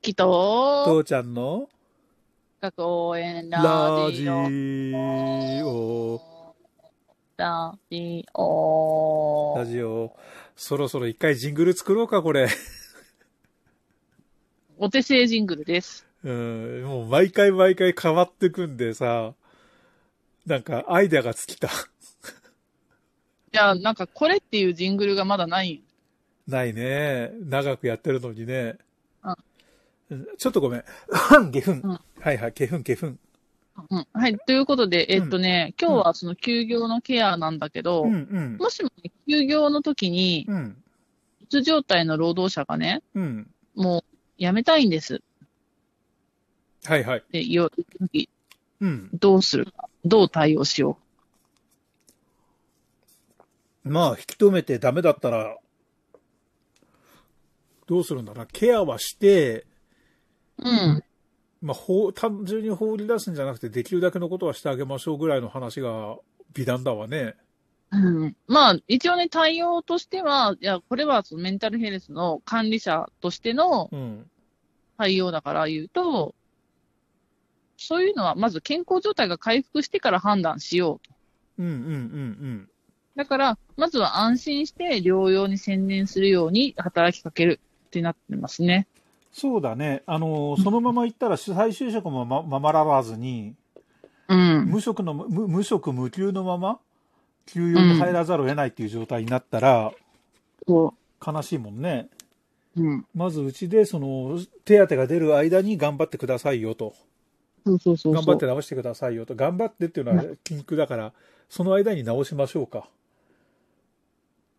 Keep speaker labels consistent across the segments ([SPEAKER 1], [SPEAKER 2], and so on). [SPEAKER 1] きと、
[SPEAKER 2] 父ちゃんの
[SPEAKER 1] 学応援ラ
[SPEAKER 2] ラジ
[SPEAKER 1] ジオ。
[SPEAKER 2] オ。
[SPEAKER 1] ラジオ。
[SPEAKER 2] ラジオ。そろそろ一回ジングル作ろうか、これ。
[SPEAKER 1] お手製ジングルです。
[SPEAKER 2] うん、もう毎回毎回変わってくんでさ、なんかアイデアが尽きた。
[SPEAKER 1] いや、なんかこれっていうジングルがまだないん
[SPEAKER 2] ないね。長くやってるのにね
[SPEAKER 1] うん。
[SPEAKER 2] うんちょっとごめん。ゲフ
[SPEAKER 1] うん
[SPEAKER 2] ン。はいはい、ゲフン、ゲフン。
[SPEAKER 1] うん。はい。ということで、えっとね、
[SPEAKER 2] ん
[SPEAKER 1] 今日はその休業のケアなんだけど、
[SPEAKER 2] うんうん。
[SPEAKER 1] もしもね休業の時に、
[SPEAKER 2] うん。
[SPEAKER 1] うつ状態の労働者がね、
[SPEAKER 2] うん。
[SPEAKER 1] もう辞めたいんですっ
[SPEAKER 2] はいはい。
[SPEAKER 1] て言う時
[SPEAKER 2] うん。
[SPEAKER 1] どうするかどう対応しよ
[SPEAKER 2] まあ、引き止めてダメだったら、どうするんだろうな。ケアはして、
[SPEAKER 1] う。うん。
[SPEAKER 2] まあ、ほ単純に放り出すんじゃなくて、できるだけのことはしてあげましょうぐらいの話が美談だわね。
[SPEAKER 1] うん、まあ、一応ね、対応としては、いや、これはそのメンタルヘルスの管理者としての
[SPEAKER 2] うん。
[SPEAKER 1] 対応だから言うと、そういうのはまず健康状態が回復してから判断しようと。
[SPEAKER 2] うんうんうん
[SPEAKER 1] だから、まずは安心して療養に専念するように働きかけるってなってますね。
[SPEAKER 2] そうだね。あの、そのまま行ったら再就職もまままらわずに、
[SPEAKER 1] うん。
[SPEAKER 2] 無職の、無無職無給のまま、休養に入らざるを得ないっていう状態になったら、
[SPEAKER 1] そ
[SPEAKER 2] 悲しいもんね。
[SPEAKER 1] う。うん。
[SPEAKER 2] まずうちで、その、手当が出る間に頑張ってくださいよと。
[SPEAKER 1] そうそうそうそう。
[SPEAKER 2] 頑張って直してくださいよと。頑張ってっていうのは禁句だから、その間に直しましょうか。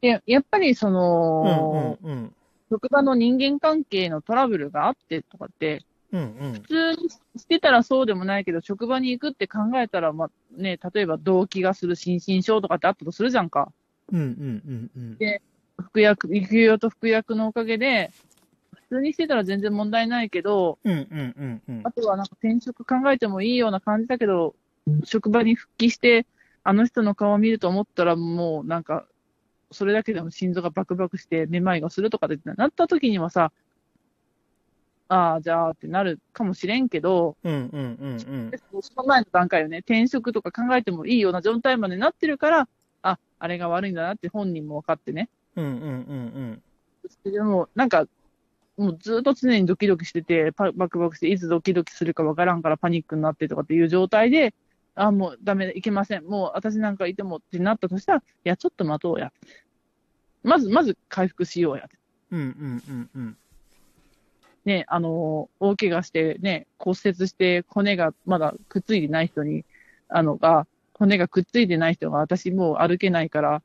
[SPEAKER 1] でやっぱりそ
[SPEAKER 2] うんうん
[SPEAKER 1] の、
[SPEAKER 2] うん。
[SPEAKER 1] 職場の人間関係のトラブルがあってとかって、
[SPEAKER 2] うんうん。
[SPEAKER 1] 普通にしてたらそうでもないけど、職場に行くって考えたら、まあね、例えば動悸がする心身症とかってあったとするじゃんか。
[SPEAKER 2] うんうんうんうん。
[SPEAKER 1] 服薬、育用と服薬のおかげで、普通にしてたら全然問題ないけど、
[SPEAKER 2] うんうんうんうん
[SPEAKER 1] あ。とはなんか転職考えてもいいような感じだけど、職場に復帰して、あの人の顔を見ると思ったらもうなんか、それだけでも心臓がバクバクしてめまいがするとかってなった時にはさ、ああ、じゃあってなるかもしれんけど、
[SPEAKER 2] うんうんうん
[SPEAKER 1] その前の段階よね、転職とか考えてもいいような状態までなってるから、あ、あれが悪いんだなって本人も分かってね。
[SPEAKER 2] うん。うんうんうん
[SPEAKER 1] でも、なんか、もうずっと常にドキドキしてて、パバクバクして、いつドキドキするか分からんからパニックになってとかっていう状態で、あ、もうダメだ、いけません。もう私なんかいてもってなったとしたら、いや、ちょっと待とうや。まず、まず回復しようや。
[SPEAKER 2] うん。うんうんうんうん。
[SPEAKER 1] ね、あの、大怪我して、ね、骨折して骨がまだくっついてない人に、あの、が、骨がくっついてない人が私もう歩けないから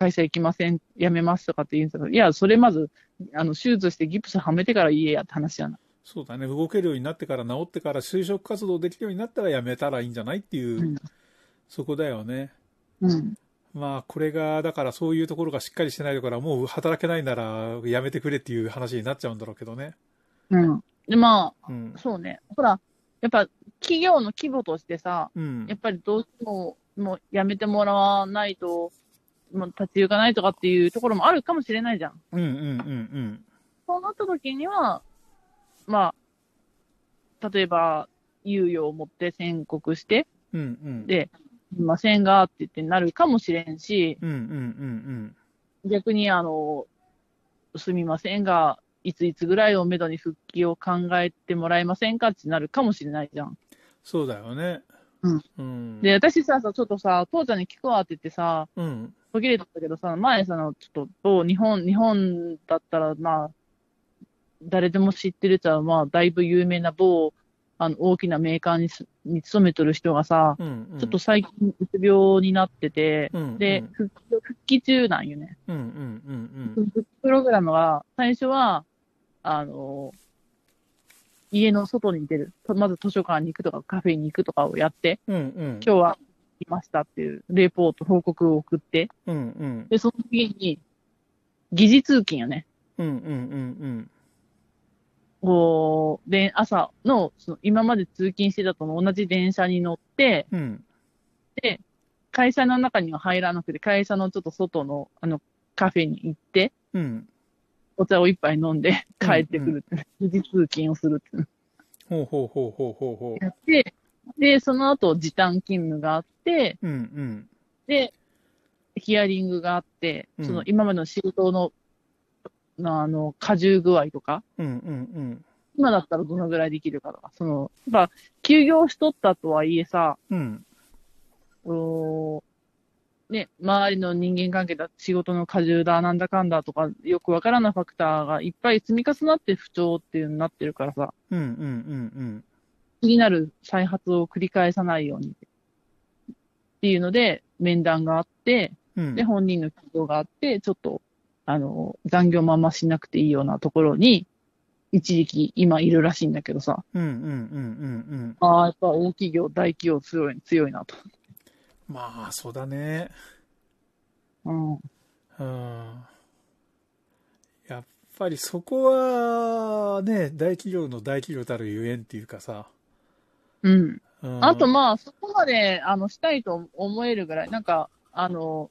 [SPEAKER 1] 会社行きません、辞めますとかって言うんですけど、いや、それまず、あの、手術してギプスはめてから言えやって話やな。
[SPEAKER 2] そうだね。動けるようになってから治ってから就職活動できるようになったらやめたらいいんじゃないっていう、
[SPEAKER 1] うん
[SPEAKER 2] そこだよね。
[SPEAKER 1] うん。
[SPEAKER 2] まあ、これが、だからそういうところがしっかりしてないから、もう働けないならやめてくれっていう話になっちゃうんだろうけどね。
[SPEAKER 1] うん。で、ま
[SPEAKER 2] うん
[SPEAKER 1] あ、。そうね。ほら、やっぱ企業の規模としてさ、
[SPEAKER 2] うん
[SPEAKER 1] やっ。ぱりどうしても、もう辞めてもらわないと、もう立ち行かないとかっていうところもあるかもしれないじゃん。
[SPEAKER 2] うんうんうん
[SPEAKER 1] そうなった時には、まあ、例えば、猶予を持って宣告して、
[SPEAKER 2] うん。うんうん。
[SPEAKER 1] で、いませんがって言ってなるかもしれんし、
[SPEAKER 2] うんうんうん
[SPEAKER 1] 逆に、あの、すみませんが、いついつぐらいをめどに復帰を考えてもらえませんかってなるかもしれないじゃん。
[SPEAKER 2] そうだよね。
[SPEAKER 1] うん。
[SPEAKER 2] うん。
[SPEAKER 1] で、私さ、さちょっとさ、父ちゃんに聞くわって言ってさ、
[SPEAKER 2] うん。
[SPEAKER 1] 途切れたんだけどさ、前さ、あのちょっと、どう、日本、日本だったら、まあ、誰でも知ってるじゃん、まあ、だいぶ有名な某、あの、大きなメーカーにすに勤めとる人がさ、
[SPEAKER 2] うん。うん
[SPEAKER 1] ちょっと、最近、うつ病になってて、
[SPEAKER 2] うん。
[SPEAKER 1] で、復復帰中なんよね。
[SPEAKER 2] うんうんうんうん。
[SPEAKER 1] プログラムは、最初は、あの、家の外に出る。とまず図書館に行くとか、カフェに行くとかをやって、
[SPEAKER 2] うんうん。
[SPEAKER 1] 今日は来ましたっていう、レポート、報告を送って、
[SPEAKER 2] うんうん。
[SPEAKER 1] で、その次に、疑似通勤よね。
[SPEAKER 2] うんうんうん
[SPEAKER 1] こう、で、朝の、その、今まで通勤してたとの同じ電車に乗って、
[SPEAKER 2] うん。うん。
[SPEAKER 1] 会社の中には入らなくて、会社のちょっと外の、あの、カフェに行って、
[SPEAKER 2] うん。
[SPEAKER 1] お茶を一杯飲んで帰ってくるって、富士通勤をするって
[SPEAKER 2] ほうほうほうほうほうほ
[SPEAKER 1] やって、で、その後時短勤務があって、
[SPEAKER 2] う。うんうん。
[SPEAKER 1] で、ヒアリングがあって、
[SPEAKER 2] うん
[SPEAKER 1] その今までの仕事の、のあの、過重具合とか、
[SPEAKER 2] うんうん
[SPEAKER 1] 今だったらどのぐらいできるかとか、その、やっぱ、休業しとったとはいえさ、
[SPEAKER 2] うん。うん。
[SPEAKER 1] おーね、周りの人間関係だ、仕事の過重だ、なんだかんだとか、よくわからないファクターがいっぱい積み重なって不調っていうのになってるからさ、
[SPEAKER 2] うんうんうん
[SPEAKER 1] 次なる再発を繰り返さないようにっていうので、面談があって、
[SPEAKER 2] うん。うん。
[SPEAKER 1] で、本人の希望があって、ちょっと、あの、残業もあんましなくていいようなところに、一時期今いるらしいんだけどさ、
[SPEAKER 2] うんうんうんうんうん。
[SPEAKER 1] ああ、やっぱ大企業、大企業強い、強いなと。
[SPEAKER 2] まあ、そうだね。
[SPEAKER 1] うん。
[SPEAKER 2] うん。やっぱりそこは、ね、大企業の大企業たるゆえんっていうかさ。
[SPEAKER 1] うん。
[SPEAKER 2] うん、
[SPEAKER 1] あと、まあ、そこまで、あの、したいと思えるぐらい、なんか、あの、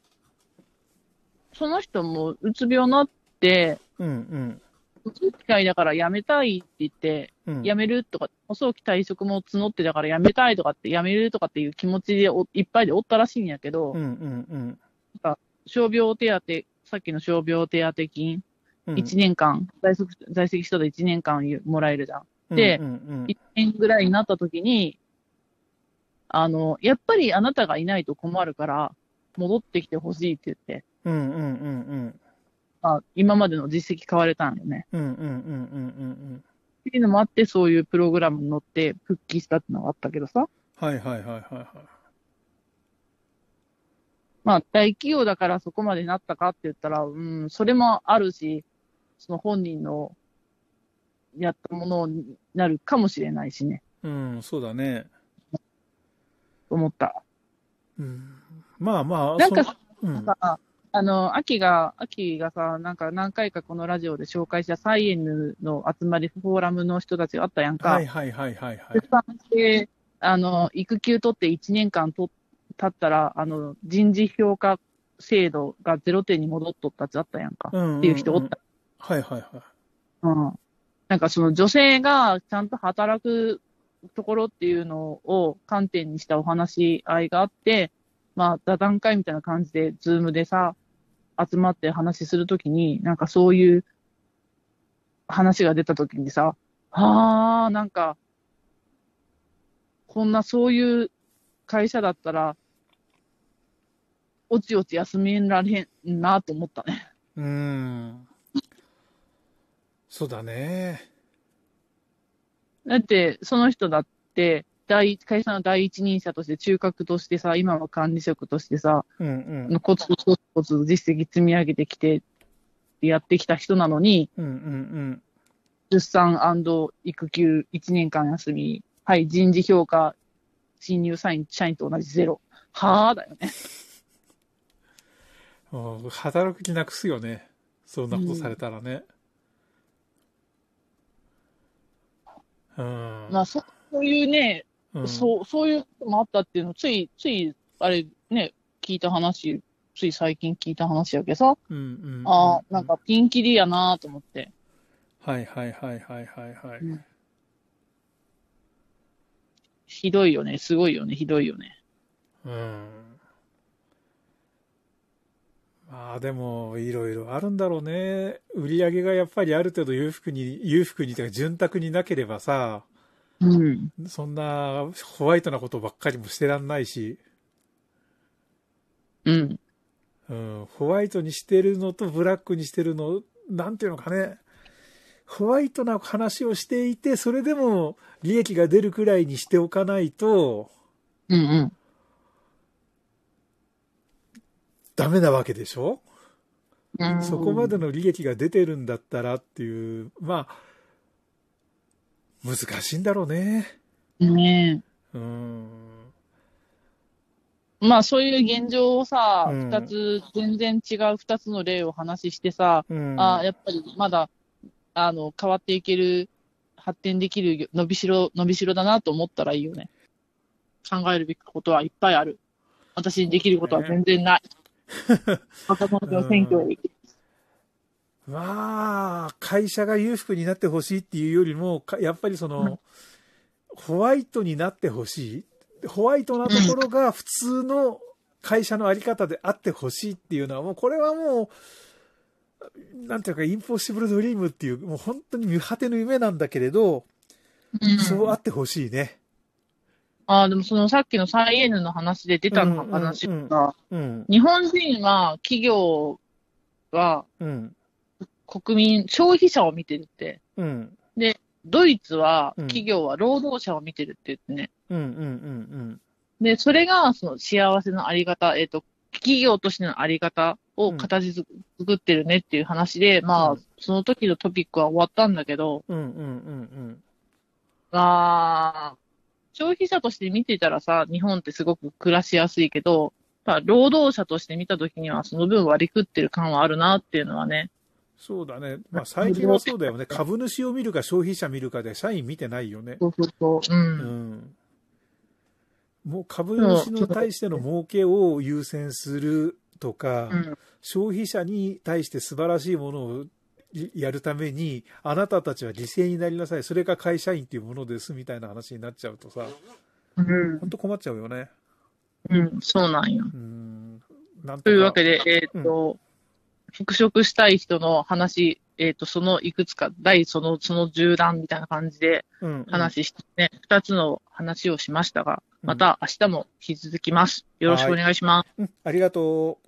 [SPEAKER 1] その人もうつ病になって、
[SPEAKER 2] うんうん。
[SPEAKER 1] うつ機会だから辞めたいって言って、
[SPEAKER 2] うん、
[SPEAKER 1] 辞めるとか、早期退職も募ってたから辞めたいとかって、辞めるとかっていう気持ちでおいっぱいでおったらしいんやけど、
[SPEAKER 2] うんうんうん
[SPEAKER 1] 傷病手当、さっきの傷病手当金、
[SPEAKER 2] うん。
[SPEAKER 1] 1年間、在籍在籍しとった1年間もらえるじゃん。で
[SPEAKER 2] うんうん
[SPEAKER 1] 1年ぐらいになった時に、あの、やっぱりあなたがいないと困るから、戻ってきてほしいって言って、
[SPEAKER 2] うんうんうんうん
[SPEAKER 1] あ今までの実績買われたんよね。
[SPEAKER 2] うんうんうんうんうんうん。
[SPEAKER 1] っていうのもあって、そういうプログラムに乗って復帰したってのがあったけどさ。
[SPEAKER 2] はいはいはいはいはい。
[SPEAKER 1] まあ、大企業だからそこまでなったかって言ったら、うん、それもあるし、その本人のやったものになるかもしれないしね、
[SPEAKER 2] うん、そうだね。
[SPEAKER 1] と思った。
[SPEAKER 2] うん、まあまあ、
[SPEAKER 1] なんか
[SPEAKER 2] そうん、うん
[SPEAKER 1] さ、あの、秋が、秋がさ、なんか何回かこのラジオで紹介したサイエンの集まり、フォーラムの人たちがあったやんか。
[SPEAKER 2] はいはいはいはいはい
[SPEAKER 1] 出。産して、あの、育休取って1年間と経ったら、あの、人事評価制度がゼロ点に戻っとったやつあったやんか。
[SPEAKER 2] っ
[SPEAKER 1] っていう人おった。
[SPEAKER 2] はいはいはい。
[SPEAKER 1] うん。なんかその女性がちゃんと働くところっていうのを観点にしたお話し合いがあって、まあ、座談会みたいな感じで、ズームでさ、集まって話するときに、なんかそういう話が出たときにさ、はあ、なんか、こんなそういう会社だったら、おちおち休められへんなと思ったね。
[SPEAKER 2] うーん。そうだね。
[SPEAKER 1] だって、その人だって、第会社の第一人者として、中核としてさ、今は管理職としてさ、
[SPEAKER 2] うんうん。
[SPEAKER 1] コツコツコツコツ実績積み上げてきて、やってきた人なのに、
[SPEAKER 2] うんうん
[SPEAKER 1] 出産育休1年間休み、はい、人事評価、新入社員社員と同じゼロ。はあだよね。
[SPEAKER 2] うんうん。働く気なくすよね。そんなことされたらね。うん。
[SPEAKER 1] まあ、そそういうね、
[SPEAKER 2] うん
[SPEAKER 1] そう、そういうこともあったっていうの、つい、つい、あれね、聞いた話、つい最近聞いた話やけどさ、
[SPEAKER 2] うんうんうん。
[SPEAKER 1] ああ、なんかピンキリやなと思って。
[SPEAKER 2] はいはいはいはいはいはい。
[SPEAKER 1] うんひどいよね、すごいよね、ひどいよね。
[SPEAKER 2] うん。まあでも、いろいろあるんだろうね。売り上げがやっぱりある程度裕福に、裕福にというか潤沢になければさ、
[SPEAKER 1] うん。
[SPEAKER 2] そんなホワイトなことばっかりもしてらんないし、
[SPEAKER 1] うん。
[SPEAKER 2] うん、ホワイトにしてるのとブラックにしてるの、なんていうのかね。ホワイトな話をしていて、それでも利益が出るくらいにしておかないと、
[SPEAKER 1] うんうん。
[SPEAKER 2] ダメなわけでしょ
[SPEAKER 1] うん
[SPEAKER 2] そこまでの利益が出てるんだったらっていう、まあ、難しいんだろうね。
[SPEAKER 1] ね
[SPEAKER 2] うーん。
[SPEAKER 1] えまあそういう現状をさ、
[SPEAKER 2] うん
[SPEAKER 1] 二、つ、全然違う二つの例を話してさ、
[SPEAKER 2] うん。
[SPEAKER 1] ああ、やっぱりまだ、あの、変わっていける、発展できる、伸びしろ、伸びしろだなと思ったらいいよね。考えるべきことはいっぱいある。私にできることは全然ない。若者の選挙より。
[SPEAKER 2] まあ、会社が裕福になってほしいっていうよりも、かやっぱりその、ホワイトになってほしい。ホワイトなところが普通の会社のあり方であってほしいっていうのは、もうこれはもう、なんていうか、インポッシブルドリームっていう、もう本当に見果ての夢なんだけれど、
[SPEAKER 1] うん
[SPEAKER 2] そうあってほしいね。
[SPEAKER 1] ああ、でもそのさっきのサイエヌの話で出たの話が、
[SPEAKER 2] うんうんうん、
[SPEAKER 1] 日本人は企業は
[SPEAKER 2] うん、
[SPEAKER 1] 国民、消費者を見てるって、
[SPEAKER 2] うん、
[SPEAKER 1] ドイツは
[SPEAKER 2] うん
[SPEAKER 1] 企業は労働者を見てるって言ってね。
[SPEAKER 2] うん、うん、うん、
[SPEAKER 1] で、それがその幸せのあり方、えっ、と、企業としてのあり方を形づ作ってるねっていう話で、ま
[SPEAKER 2] う
[SPEAKER 1] あ
[SPEAKER 2] ん、
[SPEAKER 1] その時のトピックは終わったんだけど、
[SPEAKER 2] うん、うん、うん、
[SPEAKER 1] ああ、消費者として見てたらさ、日本ってすごく暮らしやすいけど、まあ、労働者として見た時にはその分割り食ってる感はあるなっていうのはね。
[SPEAKER 2] そうだね。まあ最近はそうだよね。株主を見るか消費者見るかで社員見てないよね。
[SPEAKER 1] そうそうそう。う。
[SPEAKER 2] うんん。もう株主の対しての儲けを優先するとか、
[SPEAKER 1] うん。
[SPEAKER 2] 消費者に対して素晴らしいものをやるために、あなたたちは犠牲になりなさい。それが会社員っていうものですみたいな話になっちゃうとさ、
[SPEAKER 1] うん
[SPEAKER 2] ほんと困っちゃうよね。
[SPEAKER 1] うん。そうなんよ。
[SPEAKER 2] うん。なん
[SPEAKER 1] というわけ
[SPEAKER 2] で。
[SPEAKER 1] で、えーっと、復職したい人の話、えーっと、そのいくつか、第その、その縦断みたいな感じで
[SPEAKER 2] うん、
[SPEAKER 1] 話してね、二、つの話をしましたが、
[SPEAKER 2] うん
[SPEAKER 1] また明日も引き続きます。よろしくお願いします。
[SPEAKER 2] うん。ありがとう。